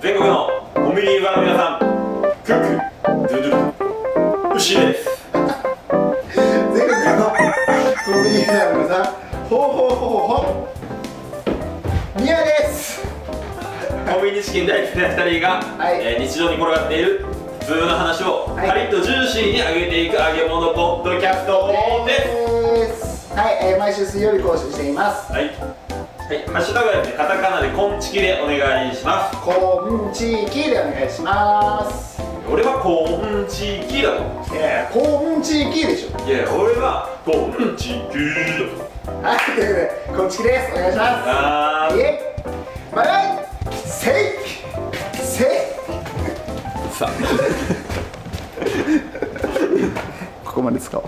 全国のコンビニユーザーの皆さんクックドゥドゥル牛です全国のコンビニさんの皆さんほうほうほうほう宮ですコンビニチキン大好きな2人が、はいえー日常に転がっている普通の話をはいカリッとジューシーに揚げていく揚げ物ポッドキャストですですはい、えー毎週水曜日更新していますはい、はい、ハッシュタグはですねカタカナでコンチキでお願いしますコンチキでお願いします俺はコンチキだとえー、コンチキでしょいや俺はコンチキだとはい、ということでコンチキですお願いしますあーイエイバイバイセイセイさあここまで使おう